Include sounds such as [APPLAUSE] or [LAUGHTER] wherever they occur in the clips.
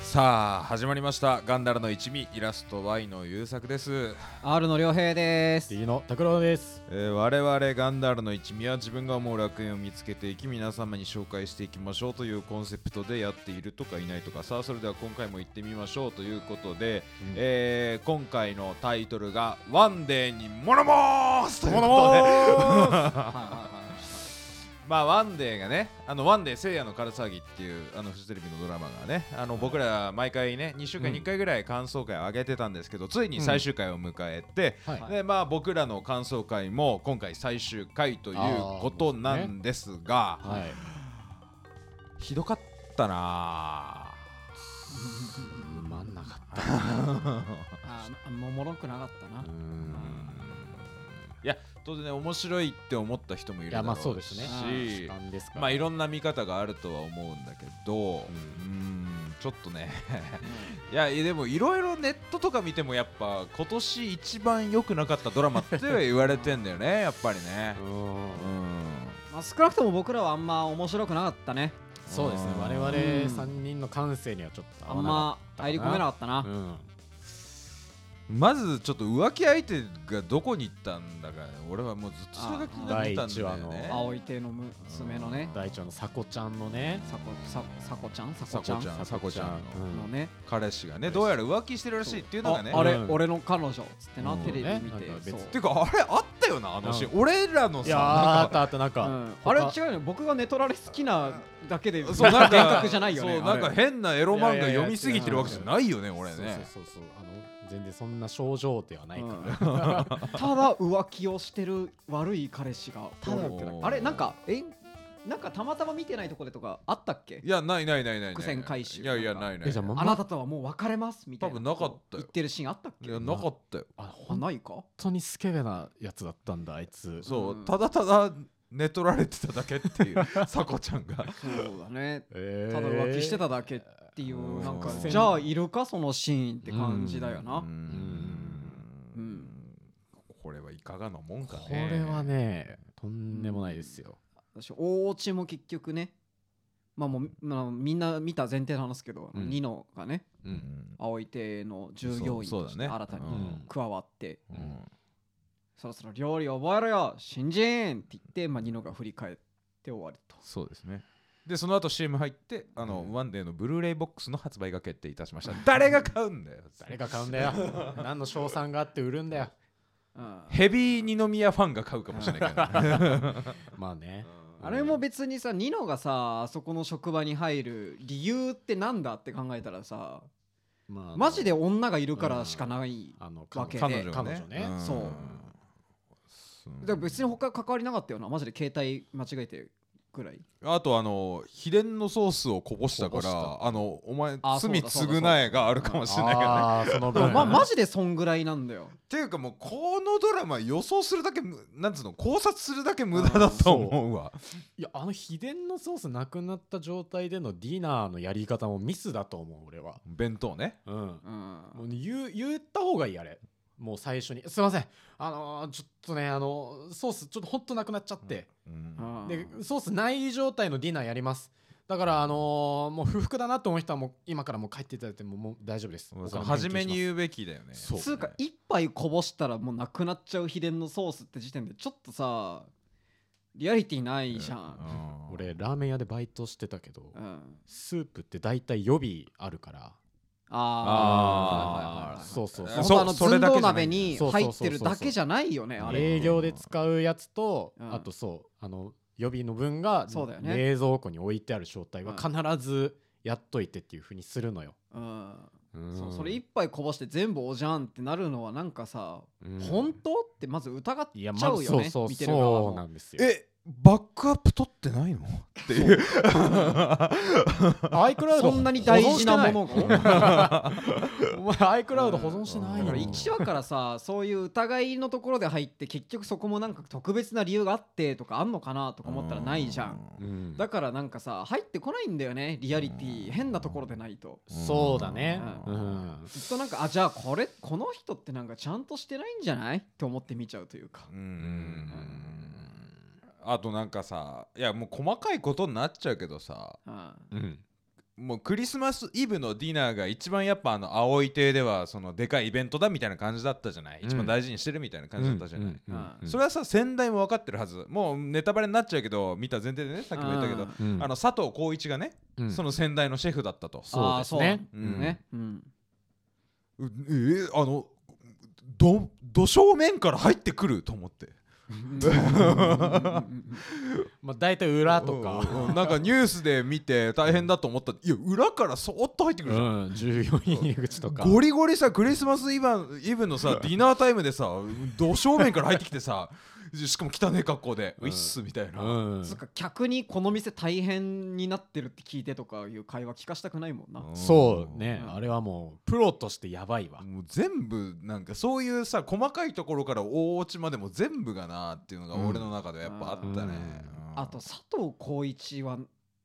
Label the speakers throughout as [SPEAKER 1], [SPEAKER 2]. [SPEAKER 1] さあ始まりましたガンダルの一味イラスト Y の優作です、
[SPEAKER 2] R の良平です。
[SPEAKER 3] D の拓郎です。
[SPEAKER 1] えー我々ガンダルの一味は自分が思う楽園を見つけていき皆様に紹介していきましょうというコンセプトでやっているとかいないとかさあそれでは今回も行ってみましょうということで、えー今回のタイトルが「ワンデーにモノモース!」ということでまあワンデーがね、あのワンデー聖夜のから騒ぎっていうあのフジテレビのドラマがね、あの僕ら毎回ね、2週間に1回ぐらい感想会を上げてたんですけど、ついに最終回を迎えて、
[SPEAKER 3] はい
[SPEAKER 1] でまあ僕らの感想会も今回最終回ということなんですが、
[SPEAKER 3] はい。
[SPEAKER 1] ひどかったな
[SPEAKER 3] まんなかっ
[SPEAKER 2] あー、ももろくなかったな
[SPEAKER 3] た。。うん。
[SPEAKER 1] ぁいや、当然ね、面白いって思った人もいる
[SPEAKER 3] い
[SPEAKER 1] だ
[SPEAKER 3] や
[SPEAKER 1] ろうし、
[SPEAKER 3] まあそうですね。主観ですから。
[SPEAKER 1] まあいろんな見方があるとは思うんだけど、うーんちょっとね [LAUGHS] いやでもいろいろネットとか見てもやっぱ今年一番良くなかったドラマって言われてんだよねやっぱりね
[SPEAKER 3] う
[SPEAKER 1] うん
[SPEAKER 3] ん。
[SPEAKER 2] まあ、少なくとも僕らはあんま面白くなかったね。
[SPEAKER 3] そうですね。
[SPEAKER 1] うん
[SPEAKER 3] 我
[SPEAKER 2] うん
[SPEAKER 3] 々三人の感性にはちょっと
[SPEAKER 2] あ
[SPEAKER 3] 合わ
[SPEAKER 2] ん
[SPEAKER 3] なか
[SPEAKER 2] ま入り込めなかったな。
[SPEAKER 3] った。うん。
[SPEAKER 1] まずちょっと浮気相手がどこに行ったんだか俺はもうずっとそれが気になってたんだよ
[SPEAKER 3] あ第
[SPEAKER 1] ね
[SPEAKER 3] 一話
[SPEAKER 2] 青い亭の娘のね、
[SPEAKER 3] 大腸のさこちゃんのね。
[SPEAKER 2] さこささこちゃんさ
[SPEAKER 1] さ
[SPEAKER 2] こ
[SPEAKER 1] こち
[SPEAKER 2] ちゃ
[SPEAKER 1] ゃ
[SPEAKER 2] ん
[SPEAKER 1] んさこちゃんの
[SPEAKER 2] のね。
[SPEAKER 1] 彼氏がねどうやら浮気してるらしいっていうのがね
[SPEAKER 2] ああれ、
[SPEAKER 3] うん
[SPEAKER 2] 俺の彼女っつってな、
[SPEAKER 1] うん
[SPEAKER 2] テレビ見
[SPEAKER 3] ね
[SPEAKER 2] て
[SPEAKER 3] なんか。別
[SPEAKER 2] そう
[SPEAKER 3] に
[SPEAKER 1] ていうかあれあったよなあのシーン、俺らの
[SPEAKER 3] い
[SPEAKER 1] さ
[SPEAKER 3] やー
[SPEAKER 1] なんか
[SPEAKER 3] あったあったなんか。
[SPEAKER 2] うん
[SPEAKER 3] 他
[SPEAKER 2] あれ違うよね僕がネトラレ好きなだけで
[SPEAKER 1] そうなんか
[SPEAKER 2] 幻覚じゃないよね
[SPEAKER 1] そうなんか
[SPEAKER 2] あれ
[SPEAKER 1] 変なエロ漫画読みすぎてるわけじゃないよね俺ね
[SPEAKER 3] そうそうそうそうあの全然そんな症状ではない
[SPEAKER 2] [LAUGHS]
[SPEAKER 3] から。
[SPEAKER 2] うんただ浮気をしてる悪い彼氏がおるってな
[SPEAKER 1] おー
[SPEAKER 2] あれなんかえなんかたまたま見てないとこでとかあったっけ
[SPEAKER 1] いやないないないないない
[SPEAKER 2] 伏線回収
[SPEAKER 1] いやいやないない
[SPEAKER 3] えじゃあま
[SPEAKER 2] あなたとはもう別れますみたいな
[SPEAKER 1] 多分なかったよ
[SPEAKER 2] 言ってるシーンあったっけ
[SPEAKER 1] いやなかったよ
[SPEAKER 3] あほ
[SPEAKER 2] あ
[SPEAKER 3] ん本
[SPEAKER 2] ないか
[SPEAKER 3] 当にスケベなやつだったんだあいつ。
[SPEAKER 1] そううんただただ寝取られてただけっていうさこちゃんが
[SPEAKER 2] そうだね
[SPEAKER 1] [LAUGHS]
[SPEAKER 3] え
[SPEAKER 2] た
[SPEAKER 3] ー
[SPEAKER 2] だ浮気してただけっていう、
[SPEAKER 1] うん
[SPEAKER 2] なんか
[SPEAKER 1] 伏線
[SPEAKER 2] じゃあいるかそのシーンって感じだよな、
[SPEAKER 1] うーん
[SPEAKER 2] うん
[SPEAKER 1] これはいかがなもんかね
[SPEAKER 3] これはねとんでもないですよ。
[SPEAKER 2] 私大落ちも結局ねまあもう、まあ、みんな見た前提の話ですけど、
[SPEAKER 3] うん
[SPEAKER 2] ニノがね
[SPEAKER 3] う。
[SPEAKER 1] うんん
[SPEAKER 2] 青い亭の従業員
[SPEAKER 1] そう
[SPEAKER 2] と
[SPEAKER 1] そ
[SPEAKER 2] し
[SPEAKER 1] う
[SPEAKER 2] て
[SPEAKER 1] だね
[SPEAKER 2] 新たに
[SPEAKER 1] うん
[SPEAKER 2] 加わって
[SPEAKER 1] う
[SPEAKER 3] うんん
[SPEAKER 2] そろそろ料理覚えろよ新人って言って、まあ、ニノが振り返って終わりと
[SPEAKER 1] そうですねでその後 CM 入ってあの、ワンデーのブルーレイボックスの発売が決定いたしました誰が買うんだよ
[SPEAKER 3] 誰が買うんだよ。何の賞賛があって売るんだよ。
[SPEAKER 2] うん
[SPEAKER 1] ヘビー二宮ファンが買うかもしれないけどね
[SPEAKER 3] まあね。
[SPEAKER 2] あれも別にさニノがさあそこの職場に入る理由ってなんだって考えたらさ
[SPEAKER 3] まあ
[SPEAKER 2] マジで女がいるからしかない、
[SPEAKER 3] あの
[SPEAKER 2] わけ
[SPEAKER 1] 彼
[SPEAKER 3] 彼
[SPEAKER 1] 女が
[SPEAKER 3] 彼女ね
[SPEAKER 1] ん
[SPEAKER 2] そうだから別に他関わりなかったよなマジで携帯間違えてくらい
[SPEAKER 1] あとあの秘伝のソースをこぼしたから
[SPEAKER 3] こぼし
[SPEAKER 1] あのお前
[SPEAKER 2] あそうだ
[SPEAKER 1] 罪償えがあるかもしれないけど [LAUGHS] ね。
[SPEAKER 3] あーその
[SPEAKER 2] でも
[SPEAKER 3] 分
[SPEAKER 2] まマジでそんぐらいなんだよ
[SPEAKER 1] っていうかもうこのドラマ予想するだけむなんつうの考察するだけ無駄だと思うわ。
[SPEAKER 3] いやあの秘伝のソースなくなった状態でのディナーのやり方もミスだと思う俺は
[SPEAKER 1] 弁当ね。
[SPEAKER 3] うん
[SPEAKER 2] うん
[SPEAKER 3] もう言う言った方がいいあれもう最初にすいませんあのーちょっとねあのーソースちょっとほんとなくなっちゃって、
[SPEAKER 1] うん
[SPEAKER 2] うん
[SPEAKER 3] でソースない状態のディナーやりますだからあのーもう不服だなと思う人はもう今からもう帰っていただいてももう大丈夫ですお金も返
[SPEAKER 1] 初
[SPEAKER 3] 金しま
[SPEAKER 1] め
[SPEAKER 3] す
[SPEAKER 1] に言うべきだよね。
[SPEAKER 3] そう
[SPEAKER 2] つうか一杯こぼしたらもうなくなっちゃう秘伝のソースって時点でちょっとさリアリティないじゃん、
[SPEAKER 1] うん。
[SPEAKER 3] 俺ラーメン屋でバイトしてたけど
[SPEAKER 2] うん
[SPEAKER 3] スープって大体予備あるから
[SPEAKER 2] あーはいはいはい
[SPEAKER 1] あ
[SPEAKER 2] は
[SPEAKER 1] ー
[SPEAKER 2] い
[SPEAKER 3] そうそう
[SPEAKER 1] あ
[SPEAKER 3] そう
[SPEAKER 2] 本
[SPEAKER 1] そう
[SPEAKER 2] 当あの
[SPEAKER 1] それ
[SPEAKER 2] 寸
[SPEAKER 1] だけじゃな
[SPEAKER 2] 胴
[SPEAKER 1] い
[SPEAKER 2] 鍋に
[SPEAKER 3] そうそう
[SPEAKER 2] 入
[SPEAKER 3] そう
[SPEAKER 2] っ
[SPEAKER 3] そう
[SPEAKER 2] てるだけじゃないよねあれ
[SPEAKER 3] 営業で使うやつと、
[SPEAKER 2] うん
[SPEAKER 3] あとそうあの予備の分が
[SPEAKER 2] そうだよね
[SPEAKER 3] 冷蔵庫に置いてある状態は必ずやっといてっていうふうにするのよ。
[SPEAKER 2] うん
[SPEAKER 3] うん
[SPEAKER 2] そうそれ一杯こぼして全部おじゃんってなるのはなんかさ、
[SPEAKER 3] うん
[SPEAKER 2] 本当ってまず疑っ
[SPEAKER 3] い
[SPEAKER 2] ち
[SPEAKER 3] や、ま
[SPEAKER 2] ゃうよ
[SPEAKER 3] そう
[SPEAKER 2] ね、
[SPEAKER 3] そう
[SPEAKER 2] 見てる側
[SPEAKER 3] そうな
[SPEAKER 2] も
[SPEAKER 3] んですよ。
[SPEAKER 1] えバックアップ取ってないのっていう。
[SPEAKER 3] アイクラウド
[SPEAKER 2] そんなに大事なもの
[SPEAKER 3] 保存
[SPEAKER 2] が
[SPEAKER 3] してないお前アイクラウド保存し
[SPEAKER 1] [LAUGHS]
[SPEAKER 3] てない
[SPEAKER 2] だ
[SPEAKER 3] よ。
[SPEAKER 2] から1話からさそういう疑いのところで入って結局そこもなんか特別な理由があってとかあんのかなと [LAUGHS] か思ったらないじゃん
[SPEAKER 3] うん
[SPEAKER 2] だからなんかさ入ってこないんだよねリアリティ変なところでないと
[SPEAKER 3] そうだね。
[SPEAKER 2] う
[SPEAKER 3] うん
[SPEAKER 2] ずっとなんかあじゃあこれこの人ってなんかちゃんとしてないんじゃないって思って見ちゃうというか
[SPEAKER 1] うん。あとなんかさいやもう細かいことになっちゃうけどさ
[SPEAKER 2] うん
[SPEAKER 1] うんもうクリスマスイブのディナーが一番やっぱあの青い亭ではそのでかいイベントだみたいな感じだったじゃない、
[SPEAKER 3] うん
[SPEAKER 1] 一番大事にしてるみたいな感じだったじゃない、
[SPEAKER 3] うんうんうん
[SPEAKER 1] それはさ先代も分かってるはずもうネタバレになっちゃうけど見た前提でねさっきも言ったけど、
[SPEAKER 2] あ
[SPEAKER 3] うん
[SPEAKER 1] あの佐藤浩市がね、
[SPEAKER 3] うん
[SPEAKER 1] その先代のシェフだったと
[SPEAKER 3] そう
[SPEAKER 2] あー
[SPEAKER 3] ですね
[SPEAKER 2] そうなんだねうん
[SPEAKER 1] うえーあのどど正面から入ってくると思って
[SPEAKER 3] [LAUGHS] まあ大体裏とか
[SPEAKER 1] うんうんなんかニュースで見て大変だと思ったいや裏からそーっと入ってくるじゃん
[SPEAKER 3] うん従業員入り口とか
[SPEAKER 1] ゴリゴリさクリスマスイブイブの
[SPEAKER 3] [LAUGHS]
[SPEAKER 1] さディナータイムでさど正面から入ってきてさしかも汚い格好で、
[SPEAKER 3] うん
[SPEAKER 1] ウィッスみたいな、
[SPEAKER 3] うん
[SPEAKER 2] そっか客にこの店大変になってるって聞いてとかいう会話聞かしたくないもんな、
[SPEAKER 3] そうね
[SPEAKER 2] うん
[SPEAKER 3] あれはもうプロとしてやばいわ
[SPEAKER 1] もう全部なんかそういうさ細かいところから大落ちまでも全部がなっていうのが俺の中ではやっぱあったね、
[SPEAKER 3] うん
[SPEAKER 1] うん
[SPEAKER 2] あと佐藤浩市は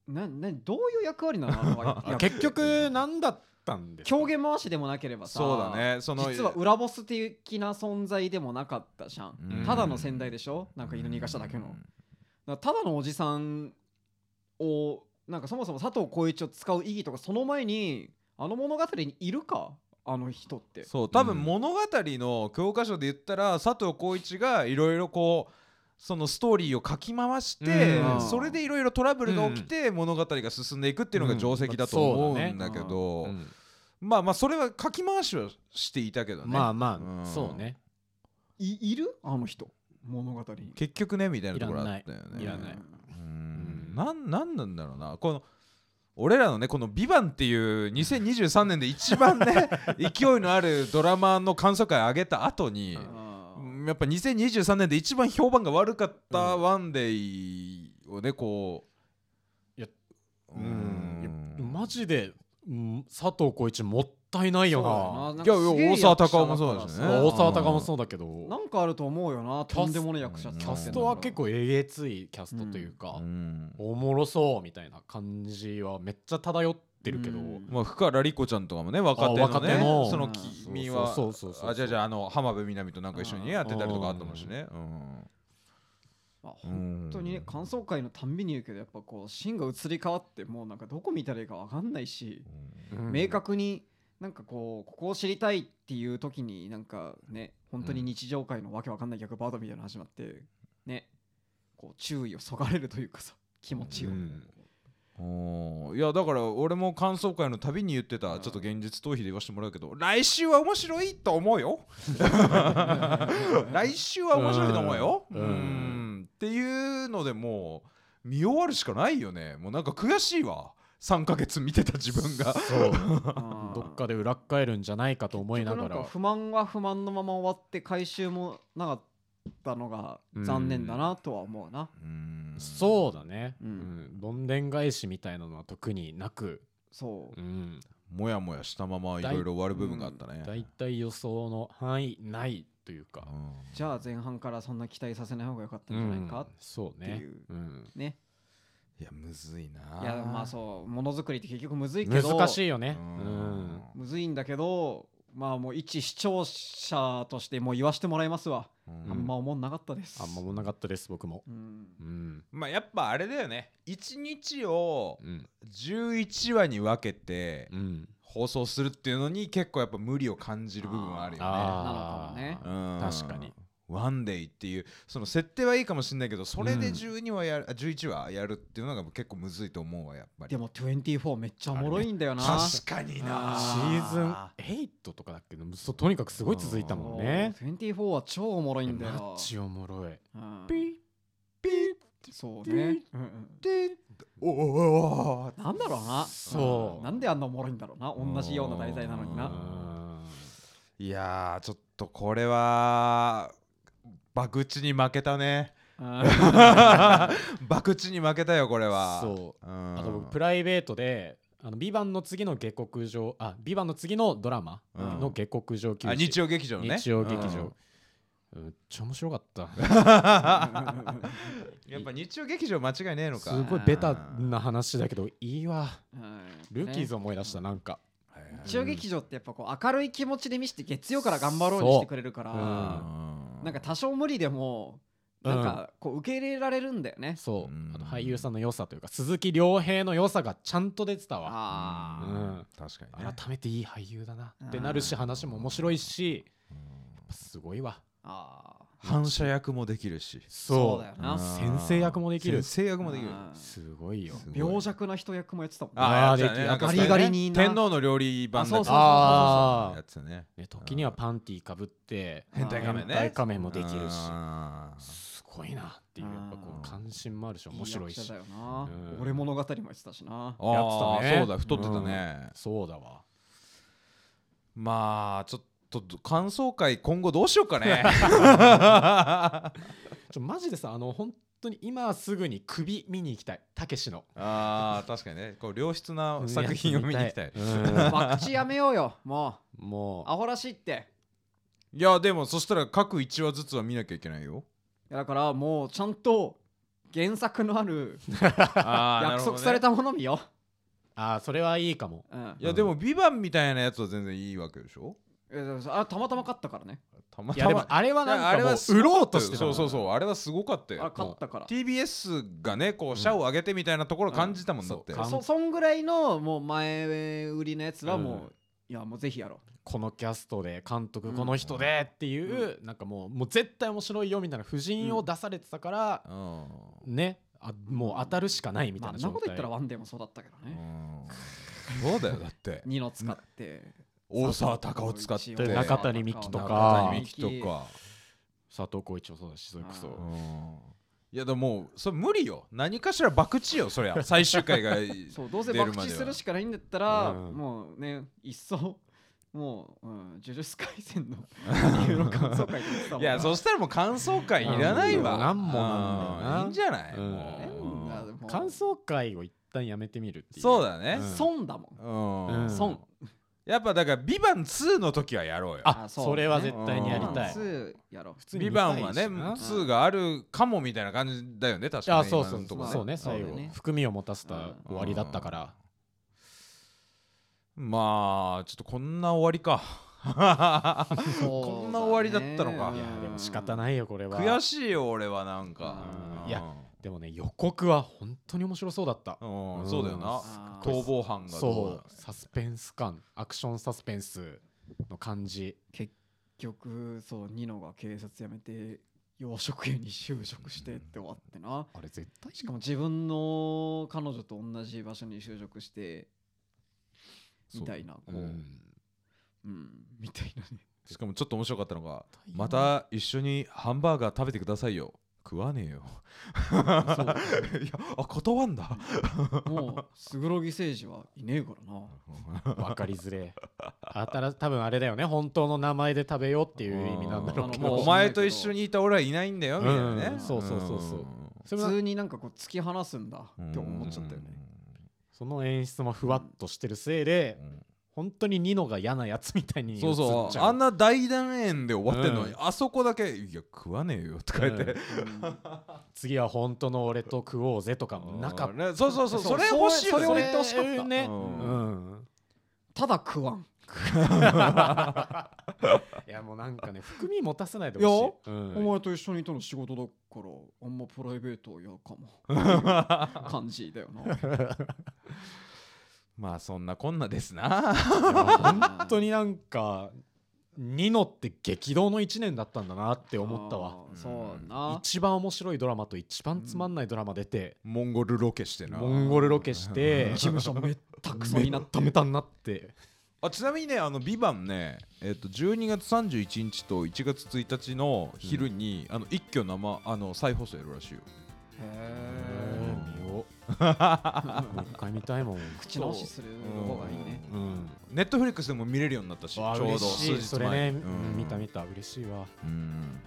[SPEAKER 2] ななどういう役割なのあの
[SPEAKER 3] あ
[SPEAKER 2] 役
[SPEAKER 3] 結局何だったんですか
[SPEAKER 2] 狂言回しでもなければさ
[SPEAKER 1] そうだねその
[SPEAKER 2] 実は裏ボス的な存在でもなかったじゃん、
[SPEAKER 1] うん
[SPEAKER 2] ただの先代でしょなんか犬逃がしただけの、だからただのおじさんをなんかそもそも佐藤浩市を使う意義とかその前にあの物語にいるかあの人って
[SPEAKER 1] そう多
[SPEAKER 3] う
[SPEAKER 1] 分
[SPEAKER 3] ん
[SPEAKER 1] 物語の教科書で言ったら佐藤浩市がいろいろこうそのストーリーをかき回して、
[SPEAKER 2] うん
[SPEAKER 1] それでいろいろトラブルが起きて物語が進んでいくっていうのが定石だと思うんだけ
[SPEAKER 2] うんまあ
[SPEAKER 1] ど、
[SPEAKER 3] うん
[SPEAKER 1] まあまあそれはかき回しはしていたけどね、
[SPEAKER 3] まあま
[SPEAKER 1] うん
[SPEAKER 3] あそうね
[SPEAKER 2] いいるあの人物語に
[SPEAKER 1] 結局ねみたいなところあったよね
[SPEAKER 3] いらない
[SPEAKER 1] うんなんなんなんだろうなこの俺らのねこの「ビバンっていう2023年で一番ね勢いのあるドラマの感想会上げた後に、うんやっぱ2023年で一番評判が悪かったワンデイをねこう
[SPEAKER 3] いや
[SPEAKER 1] う
[SPEAKER 3] うんいや
[SPEAKER 1] ん
[SPEAKER 3] マジでうん佐藤浩市もったいないよな
[SPEAKER 1] ななんかすげえ役者だからさいやいや大沢たかおもそうだしね
[SPEAKER 3] 大沢たかも
[SPEAKER 1] う
[SPEAKER 3] そうだけど
[SPEAKER 2] なんかあると思うよなとんでもねえ役者使ってんだ
[SPEAKER 3] キ
[SPEAKER 2] から
[SPEAKER 3] ャストは結構えげついキャストというか、
[SPEAKER 1] うん
[SPEAKER 3] おもろそうみたいな感じはめっちゃ漂ってるけど、
[SPEAKER 2] うん
[SPEAKER 1] まあ福原莉子ちゃんとかもね若手のね
[SPEAKER 3] あ若手の
[SPEAKER 1] その
[SPEAKER 2] うん
[SPEAKER 1] 君は
[SPEAKER 3] そうそうそうそうそう
[SPEAKER 1] あじゃあじゃああの浜辺美波となんか一緒にねやってたりとかあったもんしねうん
[SPEAKER 2] まあ本当にね感想会のたんびに言うけどやっぱこうシーンが移り変わってもうなんかどこ見たらいいか分かんないし、
[SPEAKER 3] うん
[SPEAKER 2] 明確になんかこうここを知りたいっていう時になんかね本当に日常会のわけわかんない逆バードみたいなの始まってねこう注意をそがれるというかさ気持ちを、 [LAUGHS]
[SPEAKER 3] うん
[SPEAKER 1] おーいやだから俺も感想会のたびに言って
[SPEAKER 2] う
[SPEAKER 1] た
[SPEAKER 2] ん
[SPEAKER 1] ちょっと現実逃避で言わせてもらうけど来週は面白いと思うよ [LAUGHS] 来週は面白いと思うよう
[SPEAKER 3] うんん
[SPEAKER 1] っていうのでもう見終わるしかないよねもうなんか悔しいわ3ヶ月見てた自分
[SPEAKER 3] [LAUGHS]
[SPEAKER 1] が
[SPEAKER 3] そう
[SPEAKER 2] あー
[SPEAKER 3] どっかで裏っ返るんじゃないかと思いなが
[SPEAKER 2] 結局ん
[SPEAKER 3] ら
[SPEAKER 2] か不満は不満のまま終わって回収もなかったのが残念だなとは思うな、
[SPEAKER 1] うん
[SPEAKER 3] そうだね、
[SPEAKER 2] うん
[SPEAKER 3] うんどんでん返しみたいなのは特になく、
[SPEAKER 2] そう
[SPEAKER 3] うん、
[SPEAKER 1] もやもやしたままいろいろ終わる部分があったね、
[SPEAKER 3] 大体予想の範囲ないというか、
[SPEAKER 1] うん
[SPEAKER 2] じゃあ前半からそんな期待させない方が良かったんじゃないか、
[SPEAKER 3] うんそう
[SPEAKER 2] っ
[SPEAKER 3] ね
[SPEAKER 2] ていう
[SPEAKER 3] うん
[SPEAKER 2] ね
[SPEAKER 1] いやむずいない
[SPEAKER 2] いやまあそうものづくりって結局むずいけど
[SPEAKER 3] 難し
[SPEAKER 2] い
[SPEAKER 3] いよね、
[SPEAKER 1] うん
[SPEAKER 3] うん
[SPEAKER 2] むずいんだけどまあもう一視聴者としてもう言わしてもらいますわ、
[SPEAKER 1] うん
[SPEAKER 2] あんま思んなかったです
[SPEAKER 3] あんまもなかったです僕も、
[SPEAKER 2] うん
[SPEAKER 3] うん
[SPEAKER 1] まあやっぱあれだよね1日を
[SPEAKER 3] うん
[SPEAKER 1] 11話に分けて
[SPEAKER 3] うん、
[SPEAKER 1] 放送するっていうのに結構やっぱ無理を感じる部分はあるよね
[SPEAKER 2] なのかもね
[SPEAKER 3] あー
[SPEAKER 1] うん
[SPEAKER 3] 確かに
[SPEAKER 1] ワンデイっていうその設定はいいかもしれないけどそれで12話やる、あ11話やるっていうのが結構むずいと思うわやっぱり
[SPEAKER 2] でも24めっちゃおもろいんだよな
[SPEAKER 1] 確かに
[SPEAKER 2] あ
[SPEAKER 1] な
[SPEAKER 3] シーズン8とかだっけどそうとにかくすごい続いたもんね。
[SPEAKER 2] そう24は超おもろいんだ
[SPEAKER 3] マ
[SPEAKER 2] よ
[SPEAKER 3] ッ、チおもろい。
[SPEAKER 2] うん
[SPEAKER 3] ピッピ
[SPEAKER 2] そうね、うんうん
[SPEAKER 1] ッておおおおお
[SPEAKER 2] なんだろうな
[SPEAKER 3] そう
[SPEAKER 2] うんなんであんなおもろいんだろうな同じような題材なのに
[SPEAKER 1] う
[SPEAKER 2] なん
[SPEAKER 1] いやーちょっとこれは博打に負けた
[SPEAKER 3] [LAUGHS]
[SPEAKER 1] ね
[SPEAKER 2] うん
[SPEAKER 1] 博打に負けたよこれは、、
[SPEAKER 3] そううんあと僕プライベートで「あのビバンの次の下克上あビバンの次のドラマ
[SPEAKER 1] うん
[SPEAKER 3] の下克上
[SPEAKER 1] あ日
[SPEAKER 3] 曜
[SPEAKER 1] 曜劇場のね
[SPEAKER 3] 日曜劇
[SPEAKER 1] う
[SPEAKER 3] [LAUGHS] 場
[SPEAKER 1] ん。
[SPEAKER 3] めっちゃ面白かった。
[SPEAKER 1] やっぱ日曜劇場間違いねえのか
[SPEAKER 3] すごいベタな話だけどいいわ。
[SPEAKER 2] うん
[SPEAKER 3] ルーキーズ
[SPEAKER 2] ね
[SPEAKER 3] 思い出したなんか。
[SPEAKER 1] はいはい
[SPEAKER 2] 日曜劇場ってやっぱこう明るい気持ちで見せて月曜から頑張ろうにしてくれるから
[SPEAKER 3] そううん
[SPEAKER 2] なんか多少無理でもなんかこう受け入れられるんだよね、
[SPEAKER 3] そううんあの俳優さんの良さというか鈴木亮平の良さがちゃんと出てたわ
[SPEAKER 2] あー
[SPEAKER 1] うん確かにね
[SPEAKER 3] 改めていい俳優だな
[SPEAKER 2] うん
[SPEAKER 3] ってなるし話も面白いし
[SPEAKER 1] うん
[SPEAKER 3] すごいわ
[SPEAKER 2] あー
[SPEAKER 1] 反射役もできるし
[SPEAKER 2] そうだよな
[SPEAKER 1] うん
[SPEAKER 3] 先生役もできる
[SPEAKER 1] 先生役もできる
[SPEAKER 2] あー
[SPEAKER 3] すごいよ
[SPEAKER 1] すごい
[SPEAKER 2] 病弱な人役もやってたもんね
[SPEAKER 1] ああ
[SPEAKER 3] あー
[SPEAKER 1] やってたね
[SPEAKER 3] でき
[SPEAKER 1] なんか
[SPEAKER 2] ガリガリにな
[SPEAKER 1] 天皇の料理番だ
[SPEAKER 2] あそうそう
[SPEAKER 3] あ
[SPEAKER 1] や
[SPEAKER 3] あ
[SPEAKER 1] つね
[SPEAKER 3] ね時にはパンティーかぶって
[SPEAKER 2] 変態仮
[SPEAKER 1] 面ね
[SPEAKER 3] 変態仮面もできるし
[SPEAKER 1] あー
[SPEAKER 3] すごいなっていうやっぱこ
[SPEAKER 1] うん
[SPEAKER 3] う関心もあるし面白
[SPEAKER 2] 役
[SPEAKER 3] いし
[SPEAKER 2] 者だよな
[SPEAKER 3] うん
[SPEAKER 2] 俺物語もやってたしな
[SPEAKER 1] あ
[SPEAKER 3] やって
[SPEAKER 1] ー
[SPEAKER 3] たね
[SPEAKER 1] そうだ太ってたね
[SPEAKER 3] そうだわ
[SPEAKER 1] まあちょっと感想会今後どうしようか [LAUGHS] ね
[SPEAKER 3] ちょマジでさあの本当に今すぐに首見に行きたいたけしの
[SPEAKER 1] あー確かにねこう良質な作品を見に行きたい
[SPEAKER 3] [LAUGHS] うん
[SPEAKER 2] 博打やめようよもう
[SPEAKER 3] も
[SPEAKER 2] アホらしいって
[SPEAKER 1] [LAUGHS] いやでもそしたら各1話ずつは見なきゃいけないよ
[SPEAKER 2] いやだからもうちゃんと原作のある
[SPEAKER 1] あーなる
[SPEAKER 2] 約
[SPEAKER 1] ほど
[SPEAKER 2] 束
[SPEAKER 1] ね
[SPEAKER 2] されたもの見よ
[SPEAKER 3] うああそれはいいかも
[SPEAKER 2] う、うん
[SPEAKER 1] いやでも「ビバンみたいなやつは全然いいわけでしょ
[SPEAKER 2] いやでもさあたまたま勝ったからね
[SPEAKER 1] たま
[SPEAKER 3] いや
[SPEAKER 1] た
[SPEAKER 3] でも
[SPEAKER 1] ま
[SPEAKER 3] あれはなん
[SPEAKER 1] あれ
[SPEAKER 3] かも
[SPEAKER 1] は
[SPEAKER 3] う売ろうとしてた
[SPEAKER 1] そ
[SPEAKER 3] もん
[SPEAKER 1] うそうそうあれはすごかった
[SPEAKER 2] あ
[SPEAKER 1] よ
[SPEAKER 2] 勝ったから
[SPEAKER 1] TBS がねこう社を上げてみたいなところ感じたもんだって
[SPEAKER 3] うんそう
[SPEAKER 2] そそんぐらいのもう前売りのやつはもう、
[SPEAKER 3] うん
[SPEAKER 2] いやもうぜひやろ
[SPEAKER 3] このキャストで監督
[SPEAKER 2] うん
[SPEAKER 3] この人でっていう、なんかもうもう絶対面白いよみたいな布陣を出されてたから、
[SPEAKER 1] うん
[SPEAKER 3] ねあもう当たるしかないうみ
[SPEAKER 2] ま
[SPEAKER 3] た
[SPEAKER 2] あ
[SPEAKER 3] い
[SPEAKER 2] あ
[SPEAKER 3] なん
[SPEAKER 2] な
[SPEAKER 3] 状
[SPEAKER 2] こと言
[SPEAKER 3] 態、
[SPEAKER 2] ったらワンデーもそうだったけど
[SPEAKER 1] う
[SPEAKER 2] ね
[SPEAKER 1] んそうだよだって
[SPEAKER 2] 二の使って
[SPEAKER 1] 大沢たかを使って
[SPEAKER 2] 一応
[SPEAKER 3] 中谷美紀と
[SPEAKER 1] 中
[SPEAKER 3] か
[SPEAKER 1] 谷美紀とか
[SPEAKER 3] 佐藤浩市もそうだしそれこそ、
[SPEAKER 2] う
[SPEAKER 1] うんいやでもそれ無理よ何かしら博打よそりゃ最終回が
[SPEAKER 2] そうどうせ
[SPEAKER 1] 出る
[SPEAKER 2] 爆
[SPEAKER 1] ま
[SPEAKER 2] 打
[SPEAKER 1] では
[SPEAKER 2] するしかないんだったら、
[SPEAKER 3] うん
[SPEAKER 2] もうね一層もう、うん、呪術廻戦
[SPEAKER 1] [LAUGHS]
[SPEAKER 2] の理由の感想会とか言ってたもん
[SPEAKER 1] いやそしたらもう感想会いらないわ
[SPEAKER 3] うんなんもな
[SPEAKER 1] うん
[SPEAKER 3] んだよな
[SPEAKER 1] いいんじゃない
[SPEAKER 3] うん
[SPEAKER 1] もう
[SPEAKER 2] なんだもう
[SPEAKER 3] 感想会を一旦やめてみるっていう
[SPEAKER 1] そうだね
[SPEAKER 3] うん
[SPEAKER 2] 損だもん
[SPEAKER 1] うん
[SPEAKER 3] うん
[SPEAKER 2] 損
[SPEAKER 1] やっぱだから「ビバン2の時はやろうよ
[SPEAKER 3] あ
[SPEAKER 2] あそ
[SPEAKER 3] そうれは絶対にやりたい、
[SPEAKER 1] う
[SPEAKER 2] 2や
[SPEAKER 3] [LAUGHS]
[SPEAKER 2] ろう
[SPEAKER 3] 通に
[SPEAKER 1] ビ
[SPEAKER 3] 見た
[SPEAKER 1] バン
[SPEAKER 3] いし
[SPEAKER 1] はね、
[SPEAKER 3] な
[SPEAKER 1] 2があるかもみたいな感じだよね、確かに。
[SPEAKER 3] あそうそう
[SPEAKER 1] 今のとこ
[SPEAKER 3] そうね
[SPEAKER 2] そうだね
[SPEAKER 3] 最
[SPEAKER 2] そ
[SPEAKER 3] 後
[SPEAKER 2] うだね
[SPEAKER 3] 含みを持たせた終わりだったから、
[SPEAKER 1] まあ、ちょっとこんな終わり
[SPEAKER 3] [LAUGHS]
[SPEAKER 1] か。こんな終わりだったのか
[SPEAKER 2] そうだね
[SPEAKER 3] いやでも仕方
[SPEAKER 2] い
[SPEAKER 3] ないよこれは
[SPEAKER 1] 悔しいよ、俺はなんか
[SPEAKER 3] う。ん
[SPEAKER 1] うん
[SPEAKER 3] いや、でもね予告は本当に面白そうだった、
[SPEAKER 1] うん
[SPEAKER 3] うん
[SPEAKER 1] そうだよな。
[SPEAKER 2] あー
[SPEAKER 1] 逃亡犯がどうな
[SPEAKER 3] そうサスペンス感アクションサスペンスの感じ
[SPEAKER 2] 結局そうニノが警察辞めて養殖園に就職してって終わってな
[SPEAKER 3] あれ絶対
[SPEAKER 2] しかも自分の彼女と同じ場所に就職してみたいなこう、
[SPEAKER 3] う
[SPEAKER 2] うん
[SPEAKER 3] ん
[SPEAKER 2] みたいなね
[SPEAKER 1] しかもちょっと面白かったのが、また一緒にハンバーガー食べてくださいよ。食わねえよ。 [LAUGHS] いや、あ、断んだ。
[SPEAKER 2] もうスグロギ政治はいねえからな
[SPEAKER 3] 分かりづれえあたら多分あれだよね本当の名前で食べようっていう意味なんだろうけ
[SPEAKER 2] んあの
[SPEAKER 1] もう
[SPEAKER 3] ど
[SPEAKER 1] お前と一緒にいた俺はいないんだよ、みたいな
[SPEAKER 3] う
[SPEAKER 1] ね。
[SPEAKER 3] んそうそうそうそうんそれ
[SPEAKER 2] 普
[SPEAKER 3] は
[SPEAKER 2] 通になんかこう突き放すんだって思っちゃったよね
[SPEAKER 3] その演出もふわっとしてるせいで
[SPEAKER 1] うん。
[SPEAKER 3] 本当にニノが嫌なやつみたいに
[SPEAKER 1] そう
[SPEAKER 3] 映っ
[SPEAKER 1] そ
[SPEAKER 3] ち
[SPEAKER 1] う
[SPEAKER 3] ゃ
[SPEAKER 1] あんな大団円で終わってんのに、
[SPEAKER 3] うん
[SPEAKER 1] あそこだけ「いや食わねえよ」とか言って、
[SPEAKER 3] うん次は本当の俺と食おうぜとかもなかった
[SPEAKER 1] ねそうそうそう
[SPEAKER 2] そう
[SPEAKER 1] それ欲しいよ
[SPEAKER 2] それを言ってほしかった
[SPEAKER 3] ね
[SPEAKER 1] うん
[SPEAKER 3] うん
[SPEAKER 2] ただ食わん
[SPEAKER 3] いやもうなん [LAUGHS] かね含み持たせないでほしいうん
[SPEAKER 2] お前と一緒にいたの仕事だからあんまプライベートは嫌か
[SPEAKER 3] [LAUGHS]
[SPEAKER 2] も感じだよな
[SPEAKER 1] まあそんなこんなですな [LAUGHS]
[SPEAKER 3] いや本当になんかニノって激動の1年だったんだなって思ったわ
[SPEAKER 2] あーそうだな
[SPEAKER 3] 一番面白いドラマと一番つまんないドラマ出て、
[SPEAKER 1] モンゴルロケしてな
[SPEAKER 3] モンゴルロケして
[SPEAKER 2] 事務所めったくそ
[SPEAKER 3] め
[SPEAKER 2] に
[SPEAKER 3] っ
[SPEAKER 2] なった
[SPEAKER 3] [LAUGHS] めたになって
[SPEAKER 1] あちなみにねあの「ビバンねえっ、と12月31日と1月1日の昼に、あの一挙生あの再放送やるらしいよ
[SPEAKER 2] へ
[SPEAKER 3] 見ようもう一回見たいもん、
[SPEAKER 2] ー口直しする方がいいね
[SPEAKER 3] うん、
[SPEAKER 1] ネットフリックスでも見れるようになったしちょ
[SPEAKER 3] あ
[SPEAKER 1] う
[SPEAKER 3] 嬉
[SPEAKER 1] ど
[SPEAKER 3] しい
[SPEAKER 1] 数日前
[SPEAKER 3] それね、
[SPEAKER 1] う
[SPEAKER 3] うん
[SPEAKER 1] ん
[SPEAKER 3] 見た見た嬉しいわ
[SPEAKER 1] うん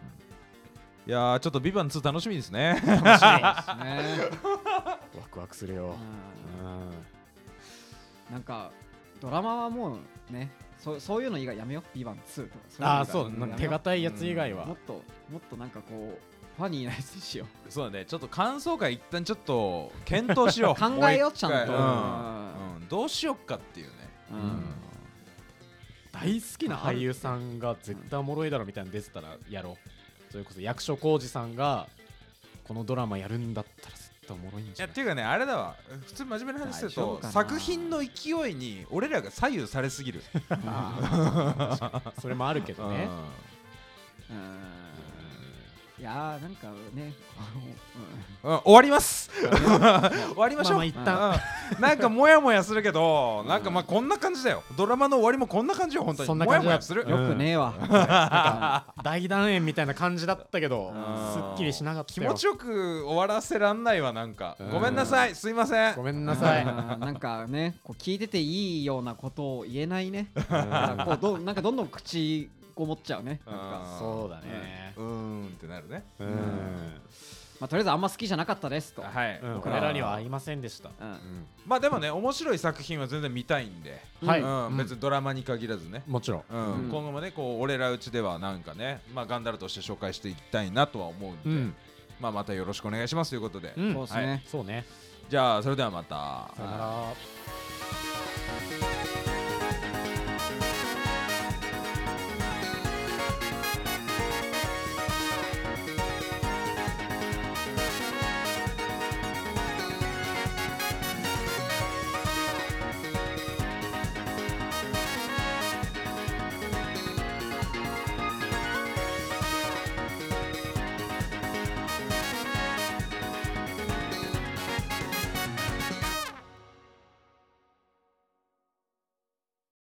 [SPEAKER 1] いやーちょっと「ビバン2楽しみですね [LAUGHS]
[SPEAKER 3] 楽しいワ
[SPEAKER 2] ね
[SPEAKER 3] クワクするよ、
[SPEAKER 2] う
[SPEAKER 3] うん、
[SPEAKER 2] んなんかドラマはもうねそうそういうの以外やめよう「ビバン2とかいの以外
[SPEAKER 3] ああそうだな手堅いやつ以外は、
[SPEAKER 2] もっともっとなんかこうファニーなやつにしよう
[SPEAKER 1] そうだね、ちょっと感想会一旦ちょっと検討しよう。
[SPEAKER 2] 考えよう
[SPEAKER 1] も一回
[SPEAKER 2] ちゃんと
[SPEAKER 1] うんうんどうしようかっていうね。
[SPEAKER 2] うん
[SPEAKER 3] ん大好きな俳優さんが絶対おもろいだろみたいなの出てたらやろうそれこそ役所広司さんがこのドラマやるんだったら絶対おもろいん
[SPEAKER 1] い
[SPEAKER 3] じ
[SPEAKER 1] や
[SPEAKER 3] ゃな
[SPEAKER 1] っ
[SPEAKER 3] い
[SPEAKER 1] ていうかねあれだわ普通に真面目な話する
[SPEAKER 2] 大丈夫
[SPEAKER 1] と
[SPEAKER 2] かな
[SPEAKER 1] 作品の勢いに俺らが左右されすぎる、
[SPEAKER 3] それもあるけどね
[SPEAKER 2] うんいやーなんかねあ
[SPEAKER 1] う
[SPEAKER 2] の、
[SPEAKER 1] ん、終わります
[SPEAKER 2] う
[SPEAKER 1] [LAUGHS]
[SPEAKER 2] ん
[SPEAKER 1] 終わりましょう、
[SPEAKER 3] まあまあ一旦
[SPEAKER 1] うんなんかモヤモヤするけどなんかまあ
[SPEAKER 2] うん
[SPEAKER 1] こんな感じだよドラマの終わりもこんな感じよ本当に
[SPEAKER 3] そんな
[SPEAKER 1] モヤ
[SPEAKER 3] 感じ
[SPEAKER 1] モ
[SPEAKER 3] だ
[SPEAKER 1] ヤする、
[SPEAKER 3] うん
[SPEAKER 2] よくねえわ、
[SPEAKER 3] 大団円みたいな感じだったけどす
[SPEAKER 1] うん
[SPEAKER 3] っきりしなかった
[SPEAKER 1] 気
[SPEAKER 3] よ
[SPEAKER 1] 持ちよく終わらせらんないわなんか
[SPEAKER 3] うん
[SPEAKER 1] ごめんなさいすいません
[SPEAKER 3] ごめんなさい
[SPEAKER 2] うんなんかねこう聞いてていいようなことを言えないね
[SPEAKER 3] うん
[SPEAKER 2] こうどなんかどんどん口ごもっちゃうねなんか
[SPEAKER 1] うん
[SPEAKER 3] そうだね
[SPEAKER 1] うーんってなるね
[SPEAKER 3] う
[SPEAKER 2] うん
[SPEAKER 3] ん
[SPEAKER 2] まあ、とりあえずあんま好きじゃなかったですと、
[SPEAKER 1] はい、
[SPEAKER 3] うん
[SPEAKER 2] 僕
[SPEAKER 3] 俺
[SPEAKER 2] らは
[SPEAKER 3] らには合いませんでした
[SPEAKER 2] うん
[SPEAKER 1] まあでもね面白い作品は全然見たいんで、
[SPEAKER 3] はい
[SPEAKER 1] うん
[SPEAKER 3] うん
[SPEAKER 1] 別にドラマに限らずね、
[SPEAKER 3] もちろん
[SPEAKER 1] うん
[SPEAKER 2] うん
[SPEAKER 1] 今後もねこう俺らうちではなんかね、まあ、ガンダルとして紹介していきたいなとは思うんで、
[SPEAKER 3] うん
[SPEAKER 1] まあ、またよろしくお願いしますということで、
[SPEAKER 3] うん
[SPEAKER 2] そうですね、
[SPEAKER 1] はい
[SPEAKER 3] そうね
[SPEAKER 1] じゃあそれではまた
[SPEAKER 3] さよなら